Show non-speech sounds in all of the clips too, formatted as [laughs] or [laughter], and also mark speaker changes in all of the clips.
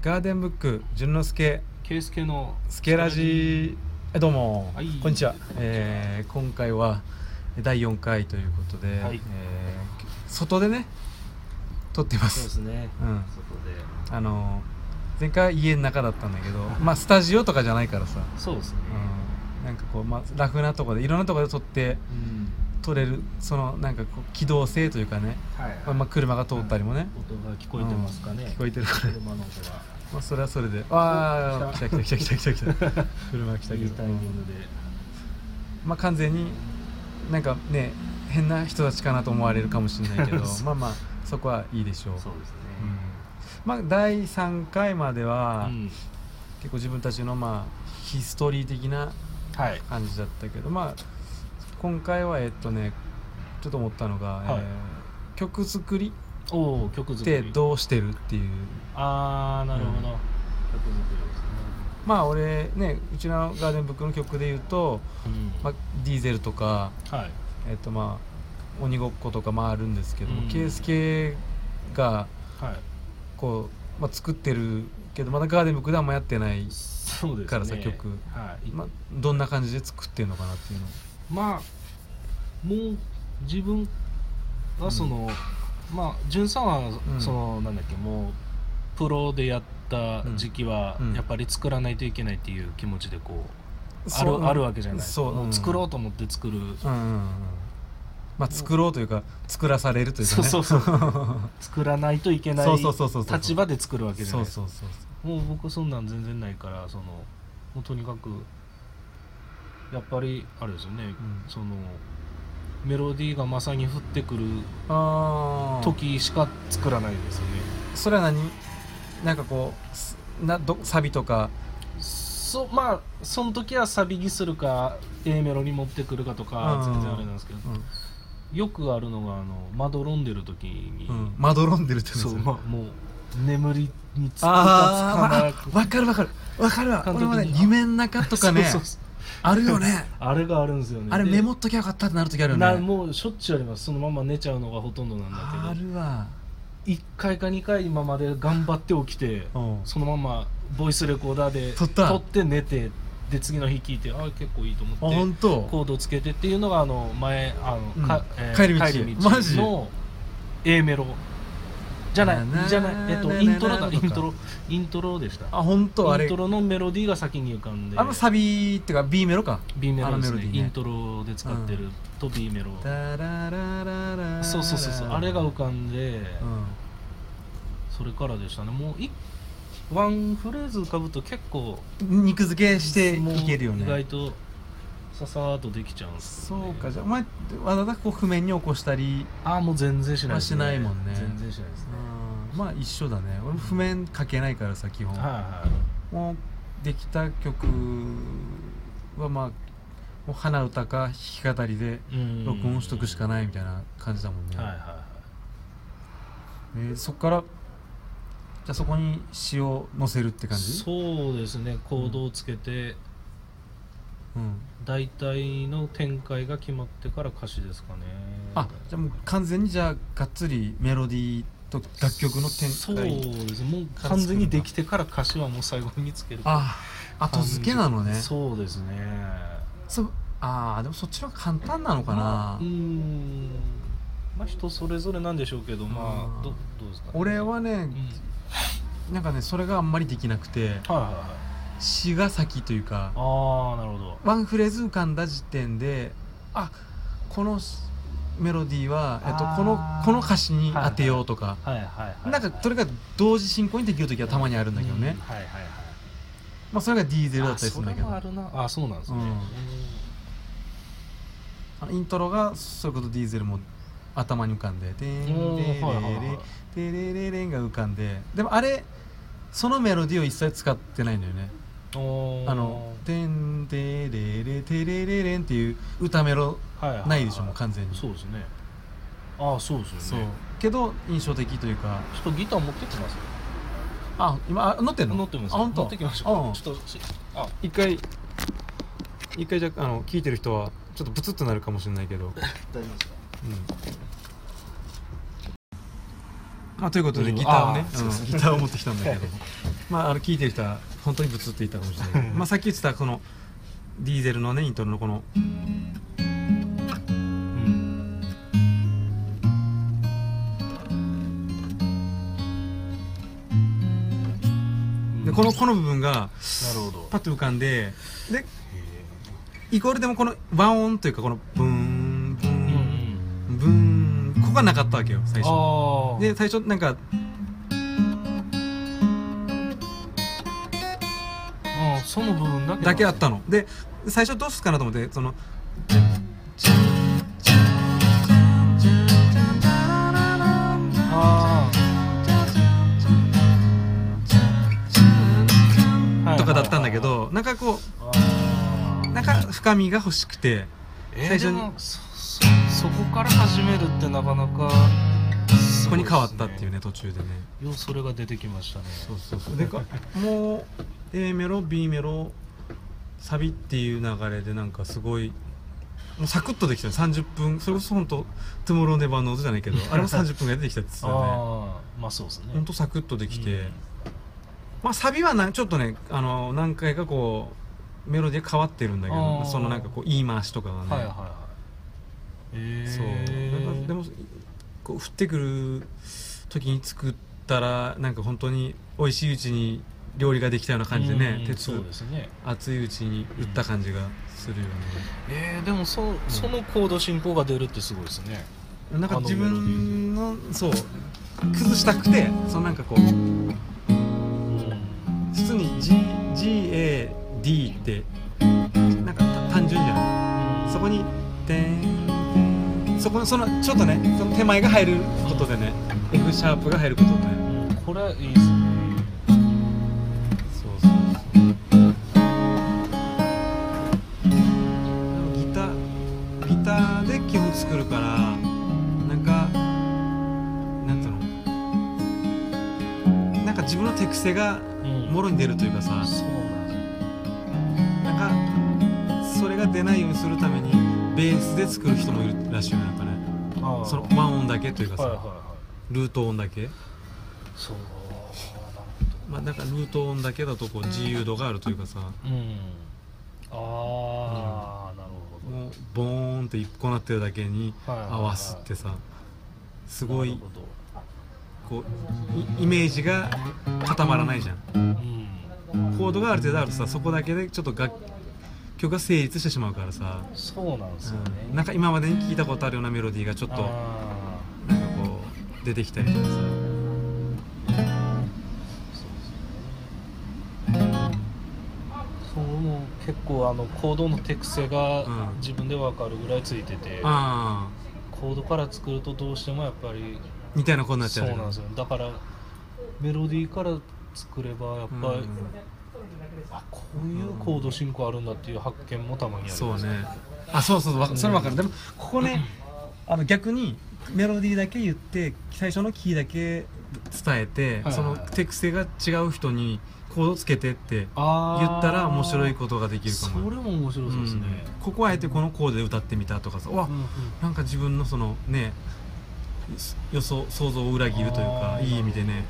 Speaker 1: ガーデンブック淳之介
Speaker 2: ケイスケの
Speaker 1: スケラジえどうも、
Speaker 2: はい
Speaker 1: こんにちは、えー今回は第4回ということで、
Speaker 2: は
Speaker 1: え
Speaker 2: い
Speaker 1: ー外でね撮ってま
Speaker 3: そうですすね、
Speaker 1: うん
Speaker 3: 外で
Speaker 1: あの前回家の中だったんだ
Speaker 3: [laughs]
Speaker 1: けどまあスタジオとかじゃないからさ、
Speaker 2: そうですね、
Speaker 1: うん、なんかこう、まあ、ラフなとこでいろんなとこで撮って
Speaker 3: うん
Speaker 1: 撮れるそのなんかこう機動性というかね、
Speaker 2: はい、
Speaker 1: まあ、まあ車が通ったりもね、
Speaker 3: 音が聞こえてますかね、
Speaker 1: うん聞こえてるから
Speaker 3: 車の音が
Speaker 1: まあそれは
Speaker 3: [laughs]
Speaker 1: それでああ来た来た来た来た来た来た車が来たけ
Speaker 3: いい
Speaker 1: ど
Speaker 3: タイミングで、
Speaker 1: まあ完全になんかね変な人たちかなと思われるかもしれないけどまあまあそこはいいでしょう
Speaker 3: そうですね、
Speaker 1: うんまあ第3回までは、
Speaker 3: うん
Speaker 1: 結構自分たちのまあヒストリー的な
Speaker 2: はい
Speaker 1: 感じだったけどまあ今回はえっとねちょっと思ったのが、
Speaker 2: はい
Speaker 1: えー曲作り
Speaker 2: おお曲
Speaker 1: っ
Speaker 2: 作り
Speaker 1: てどうしてるっていう
Speaker 2: ああなるほど、
Speaker 3: 曲作りですね
Speaker 1: まあ俺ねうちのガーデンブックの曲で言うと、まあ、ディーゼルとか
Speaker 2: はい
Speaker 1: えっとまあ鬼ごっことかまああるんですけど
Speaker 2: うん
Speaker 1: も圭介、が
Speaker 2: はい
Speaker 1: こう、まあ、作ってるけどまだガーデンブックではあんまやってない、
Speaker 2: そうですね
Speaker 1: からさ曲
Speaker 2: はい
Speaker 1: ま
Speaker 2: ま
Speaker 1: あ、どんな感じで作ってるのかなっていうの
Speaker 2: まあもう自分はその、まあ潤さんは
Speaker 1: うん
Speaker 2: その、なんだっけもうプロでやった時期は
Speaker 1: うんうん
Speaker 2: やっぱり作らないといけないっていう気持ちでこう、あ
Speaker 1: そう
Speaker 2: るあるわけじゃない
Speaker 1: そう
Speaker 2: もう作ろ
Speaker 1: う
Speaker 2: うと思って作る、
Speaker 1: んうんうんうんまあ作ろうというか作らされるというか
Speaker 2: そう
Speaker 1: ね
Speaker 2: そうそう
Speaker 1: [laughs]
Speaker 2: 作らないといけない
Speaker 1: そうそうそうそうそう
Speaker 2: 立場で作るわけじゃな
Speaker 1: そ
Speaker 2: いうです
Speaker 1: そ
Speaker 2: か
Speaker 1: うそう
Speaker 2: もう僕そんなん全然ないからそのもうとにかくやっぱりあれですよね、
Speaker 1: ん
Speaker 2: そのメロディーがまさに降ってくる
Speaker 1: ああ
Speaker 2: 時しか作らないですよね、
Speaker 1: それは何なんかこうすなどサビとか
Speaker 2: そまあその時はサビにするか A メロに持ってくるかとか
Speaker 1: うん
Speaker 2: 全然あれなんですけど、
Speaker 1: う
Speaker 2: よくあるのがあのまどろんでる時に、
Speaker 1: ん、うん、まどろんでるってやつ
Speaker 2: そうまあもう眠りにつく
Speaker 1: あ
Speaker 2: か
Speaker 1: ーわわかるわかるわかるわ
Speaker 2: 監
Speaker 1: 俺も
Speaker 2: 督
Speaker 1: ね
Speaker 2: に
Speaker 1: 夢の中と
Speaker 2: つ
Speaker 1: か
Speaker 2: かな
Speaker 1: ね
Speaker 2: いそうそうそう
Speaker 1: あるよ
Speaker 2: [laughs]
Speaker 1: ね
Speaker 2: あれがあるんですよね
Speaker 1: あれ
Speaker 2: で
Speaker 1: メモっときゃよかったってなるときあるよね
Speaker 2: なもうしょっちゅうありますそのまま寝ちゃうのがほとんどなんだ
Speaker 1: あ
Speaker 2: けど
Speaker 1: るわ
Speaker 2: 1回か2回今まで頑張って起きて
Speaker 1: うん
Speaker 2: そのままボイスレコーダーで
Speaker 1: 撮った
Speaker 2: って寝てで次の日聞いてああ結構いいと
Speaker 1: あ
Speaker 2: 思って
Speaker 1: 本当
Speaker 2: コードつけてっていうのがあの前あの、か
Speaker 1: うん
Speaker 2: えー
Speaker 1: 帰り道マジ
Speaker 2: の A メロじゃな
Speaker 1: なない
Speaker 2: じゃないえっと
Speaker 1: なな
Speaker 2: イントロだ
Speaker 1: な
Speaker 2: イ
Speaker 1: とか
Speaker 2: ントロイントロでした
Speaker 1: あ本当あ
Speaker 2: イ
Speaker 1: れ
Speaker 2: ントロのメロディーが先に浮かんで
Speaker 1: あのサビっていうか B メロか
Speaker 2: B メロです
Speaker 1: あのメロ
Speaker 2: ね
Speaker 1: ディーね
Speaker 2: イントロで使ってると B メロ、
Speaker 1: ダララララ
Speaker 2: [laughs] そうそうそうそうあれが浮かんで、
Speaker 1: うん
Speaker 2: それからでしたねもういワンフレーズ浮かぶと結構
Speaker 1: 肉付けして
Speaker 2: もう
Speaker 1: いけるよね
Speaker 2: 意外とささーっとできちゃうんですよね
Speaker 1: そうかじゃあお前わざわざこう譜面に起こしたり
Speaker 2: ああもう全然しないです、
Speaker 1: まあしないもんね
Speaker 2: 全然しないですね、
Speaker 1: まあ一緒だね俺も譜面書けないからさ基本、
Speaker 2: はいはい
Speaker 1: もうできた曲はまあもう鼻歌か弾き語りで
Speaker 2: うん
Speaker 1: 録音しとくしかないみたいな感じだもんね、
Speaker 2: はいはいは
Speaker 1: えーそっからじゃあそこに詞を載せるって
Speaker 2: い
Speaker 1: 感じ
Speaker 2: そうですねコードをつけて、
Speaker 1: うん、
Speaker 2: 大体の展開が決まってから歌詞ですかね
Speaker 1: あじゃあもう完全にじゃあがっつりメロディーと楽曲の展開
Speaker 2: そうですもう完全にできてから歌詞はもう最後に見つける
Speaker 1: ああ後付けなのね
Speaker 2: そうですね
Speaker 1: そああでもそっちは簡単なのかな、
Speaker 2: まあうーんまあ人それぞれなんでしょうけどま
Speaker 1: うん
Speaker 2: あどどうですか、
Speaker 1: 俺はね
Speaker 2: うん、はい
Speaker 1: なんかねそれがあんまりできなくて
Speaker 2: はいはい
Speaker 1: 詞が先というか
Speaker 2: ああなるほど
Speaker 1: ワンフレーズ浮かんだ時点であこのメロディーは、えっと、
Speaker 2: あー
Speaker 1: このこの歌詞に当てようとか、
Speaker 2: はいはいはいはい
Speaker 1: なんかそれが同時進行にできる時はたまにあるんだけどね、
Speaker 2: うんはいはいはい
Speaker 1: まあ、それがディーゼルだ
Speaker 2: あ
Speaker 1: ったりするんだけど
Speaker 2: それもあるなあそうなんですね、
Speaker 1: うん
Speaker 2: うん
Speaker 1: あのイントロがそういうことディーゼルも頭に浮かんで「でんで
Speaker 2: お
Speaker 1: ん
Speaker 2: ーはいはいはい
Speaker 1: でんでんでんでんでんが浮かんででもあれそのメロディーを一切使ってないんだよね
Speaker 2: おー
Speaker 1: あの「でんでれれてれれれん」っていう歌メロ
Speaker 2: はいはいはい
Speaker 1: ないでしょもう完全に
Speaker 2: そうですねああそうです
Speaker 1: そう
Speaker 2: よね
Speaker 1: けど印象的というか
Speaker 2: ちょっとギター持ってきますよ
Speaker 1: あ今あ乗ってんの
Speaker 2: 乗ってます
Speaker 1: あ本当
Speaker 2: 乗ってきましょ
Speaker 1: う
Speaker 2: うんちょっとしあ
Speaker 1: 一回一回じゃあの聞いてる人はちょっとブツッとなるかもしれないけ
Speaker 2: [laughs]
Speaker 1: ど、うん
Speaker 3: 大丈夫ですか
Speaker 1: まあ、ということでギターをね
Speaker 2: あーそう
Speaker 1: うん
Speaker 2: そう [laughs]
Speaker 1: ギターを持ってきたんだけどまあ、あの聞いてる人は本当にブツって言ったかもしれないけどまあさっき言ってたこのディーゼルのねイントロのこの
Speaker 2: うん
Speaker 1: でこのこの部分が
Speaker 2: なるほど
Speaker 1: パッと浮かんでで
Speaker 2: へ
Speaker 1: イコールでもこの和音というかこのブーンブー
Speaker 2: え
Speaker 1: ンブーンここがなかったわけよ最初
Speaker 2: ああ
Speaker 1: で最初なんか
Speaker 2: あその部分だけ
Speaker 1: だけあったので最初どうすっかなと思ってその
Speaker 2: ああ
Speaker 1: とかだったんだけどなんかこうなんか深みが欲しくて
Speaker 2: えー
Speaker 1: 最初に
Speaker 2: でもそそそこから始めるってなかなか
Speaker 1: そ
Speaker 2: そ
Speaker 1: こに変わったっていうね途中でね
Speaker 2: ようそれが出てきましたね
Speaker 1: そうそうそうでかもう A メロ B メロサビっていう流れでなんかすごいもうサクッとできたね30分それこそ本当トゥモローネバーノーズ」じゃ
Speaker 2: [laughs]
Speaker 1: ないけどあれも30分が出てきたって言ってたよね
Speaker 2: ああまあそうですね
Speaker 1: ほんとサクッとできて、
Speaker 2: うん
Speaker 1: まあサビはなちょっとねあの何回かこうメロディー変わってるんだけ
Speaker 2: あ
Speaker 1: ど
Speaker 2: ー
Speaker 1: そのなんかこう言い回しとかがね、
Speaker 2: はいはいはいええ
Speaker 1: そうなんかでもこう降ってくる時に作ったらなんか本当に美味しいうちに料理ができたような感じでね、
Speaker 2: うん
Speaker 1: 鉄
Speaker 2: そうですね
Speaker 1: 熱いうちに打った感じがするよね、
Speaker 2: えー、でもそそのコード進行が出るってすごいですね
Speaker 1: なんか
Speaker 2: あの
Speaker 1: 自分のそう崩したくてそのなんかこう
Speaker 2: うん
Speaker 1: 普通に G GAD ってなんか単純じゃないそこに「てん」そこのそのちょっとねその手前が入ることでね F シャープが入ることでね
Speaker 2: うんこれいいですね
Speaker 1: そうそうそうギターギターで基本作るからなんかなんつうのなんか自分の手癖が
Speaker 2: うん
Speaker 1: もろに出るというかさ、
Speaker 2: そうなんですよ
Speaker 1: なんかそれが出ないようにするためにベースで作る人もいるらしいよねなんかね
Speaker 2: あー
Speaker 1: そのワン音だけというかさ、
Speaker 2: はいはいはい
Speaker 1: ルート音だけ
Speaker 2: そう
Speaker 1: まあなんかルート音だけだとこう自由度があるというかさ
Speaker 2: うんああ、なるほど
Speaker 1: もうボーンって一個なってるだけに
Speaker 2: はいはいはい
Speaker 1: 合わすってさすご
Speaker 2: ないるほど
Speaker 1: こういイメージが固まらないじゃん
Speaker 2: うん
Speaker 1: コードがある程度あるとさそこだけでちょっと楽曲が成立してしまうからさ、
Speaker 2: そうなんですよね、
Speaker 1: うんなんか今までに聞いたことあるようなメロディーがちょっとなんか
Speaker 2: あ
Speaker 1: こう出てきたりとかさ
Speaker 2: ーそうですねそうもう結構あのコードの手癖が
Speaker 1: うん
Speaker 2: 自分でわかるぐらいついてて、
Speaker 1: ああ
Speaker 2: コードから作るとどうしてもやっぱり
Speaker 1: みたいなことになっち
Speaker 2: そ
Speaker 1: ゃ
Speaker 2: う
Speaker 1: う
Speaker 2: なんですよだからメロディーから作ればやっぱり、あこういうコード進行あるんだっていう発見もたまにあります
Speaker 1: そうねあそうそうわそれ分かるでもここ
Speaker 2: [laughs]
Speaker 1: ねあの逆にメロディーだけ言って最初のキーだけ伝えて、
Speaker 2: はい
Speaker 1: その手癖が違う人にコードつけてって
Speaker 2: あ
Speaker 1: 言ったら面白い
Speaker 2: と
Speaker 1: ことができるかも
Speaker 2: それも面白そうですね、
Speaker 1: うんここはあえてこのコードで歌ってみたとかさうわ、
Speaker 2: うんうん
Speaker 1: なんか自分のそのね予想想像を裏切るというか
Speaker 2: あー
Speaker 1: いい意味でね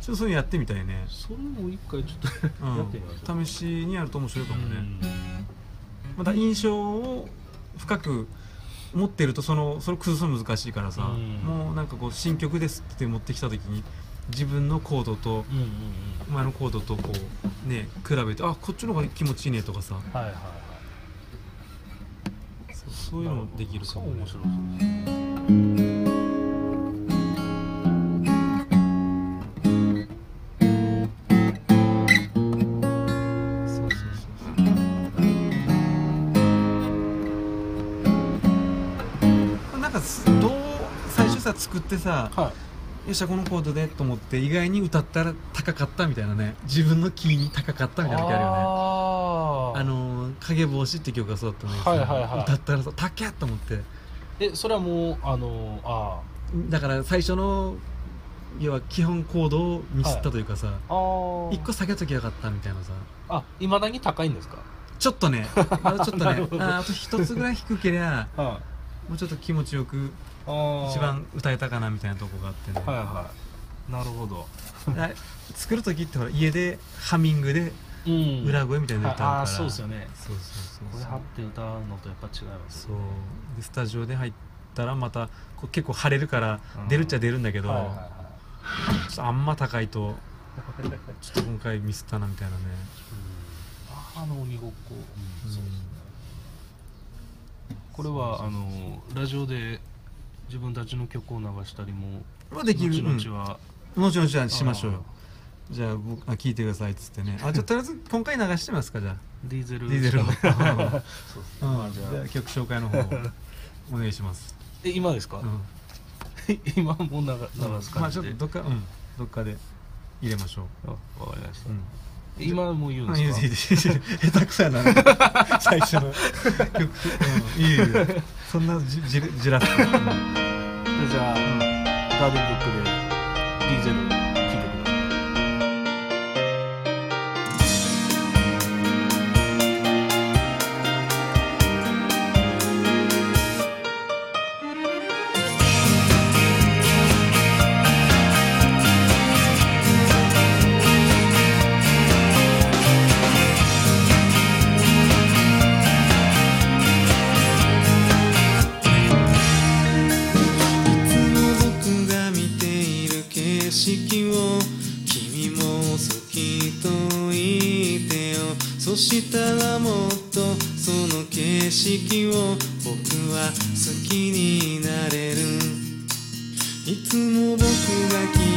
Speaker 1: ちょっとそういうのやってみたいね、
Speaker 2: それも一回ちょっとやってみましょう、
Speaker 1: うん、試しにやると面白いかもね、
Speaker 2: うん
Speaker 1: また印象を深く持ってるとそのそれを崩すの難しいからさ、
Speaker 2: うん
Speaker 1: もうなんかこう新曲ですって持ってきた時に自分のコードと
Speaker 2: うんうん
Speaker 1: 前のコードとこうね比べてあこっちの方が気持ちいいねとかさ
Speaker 2: うんはいはいはい
Speaker 1: そうそういうのもできるかも、ね
Speaker 2: 面、白そうですね
Speaker 1: そうそうそうそうなんかすどう最初さ作ってさ
Speaker 2: はい
Speaker 1: よっしゃこのコードでと思って意外に歌ったら高かったみたいなね自分のキーに高かったみたいな時あるよね
Speaker 2: あー
Speaker 1: あのー「影帽子」って曲がそうだったのにさ、
Speaker 2: はいはいはい
Speaker 1: 歌ったらさ「たけ!」と思って
Speaker 2: えそれはもうあのあ
Speaker 1: だから最初の要は基本コードをミスったというかさ、
Speaker 2: ーあー
Speaker 1: 一個下げときゃよかったみたいなさ
Speaker 2: あいまだに高いんですか
Speaker 1: ちょっとね
Speaker 2: [laughs]
Speaker 1: まだちょっと
Speaker 2: な
Speaker 1: ね
Speaker 2: るほど
Speaker 1: あーあと一つぐらい低けりゃ
Speaker 2: はい
Speaker 1: もうちょっと気持ちよく
Speaker 2: あー
Speaker 1: 一番歌えたかなみたいなとこがあってね、
Speaker 2: はいはなるほど、
Speaker 1: だ作る時ってほら家でハミングで
Speaker 2: うん
Speaker 1: 裏
Speaker 2: こ
Speaker 1: 声みたいなの歌うから、
Speaker 2: ああそうですよね
Speaker 1: そうそう
Speaker 2: こ
Speaker 1: そう
Speaker 2: れ
Speaker 1: そ
Speaker 2: 貼
Speaker 1: う
Speaker 2: って歌うのとやっぱ違います
Speaker 1: そうでスタジオで入ったらまたこう結構晴れるから
Speaker 2: うん
Speaker 1: 出るっちゃ出るんだけど、
Speaker 2: はいはいは
Speaker 1: ちょっとあんま高い [laughs] とちょっと今回ミスったなみたいなね
Speaker 2: あの鬼ごっこ、
Speaker 1: うん
Speaker 3: そうですね
Speaker 2: これはあのラジオで自分たちの曲を流したりも
Speaker 1: まあできる
Speaker 2: 後々は、
Speaker 1: うんもちろんじゃあしましょうよじゃあ僕あ聞いてくださいっつって [laughs] ねあじゃあとりあえず今回流してみますかじゃあ
Speaker 2: ディーゼル
Speaker 1: ディーゼルの
Speaker 3: そうですね
Speaker 1: うん
Speaker 3: じ
Speaker 1: じ
Speaker 3: ゃ
Speaker 1: ゃ
Speaker 3: あ
Speaker 1: あ曲紹介の方をお願いし [laughs] ます、
Speaker 2: え今ですか、
Speaker 1: うん
Speaker 2: [laughs] 今もう流流す
Speaker 1: ま
Speaker 2: 感
Speaker 1: あち
Speaker 2: じ
Speaker 1: ょっ
Speaker 2: で、
Speaker 1: とどっかうんどっかで入れましょう
Speaker 2: あわかりました、
Speaker 1: うん
Speaker 2: 今もう言うん
Speaker 1: あ
Speaker 2: で
Speaker 1: いいですいい
Speaker 2: す
Speaker 1: で
Speaker 2: か
Speaker 1: す下手くそやな最
Speaker 2: [laughs]
Speaker 1: 初の曲、うん、いいよいいよそんなじじるじらすの、うん
Speaker 2: じゃあ、ガーデンブックでディーゼル聴いてください
Speaker 4: いつも僕が見ている景色を君も好きと言ってよそしたらもっとその景色を僕は好きになれるいつも僕が君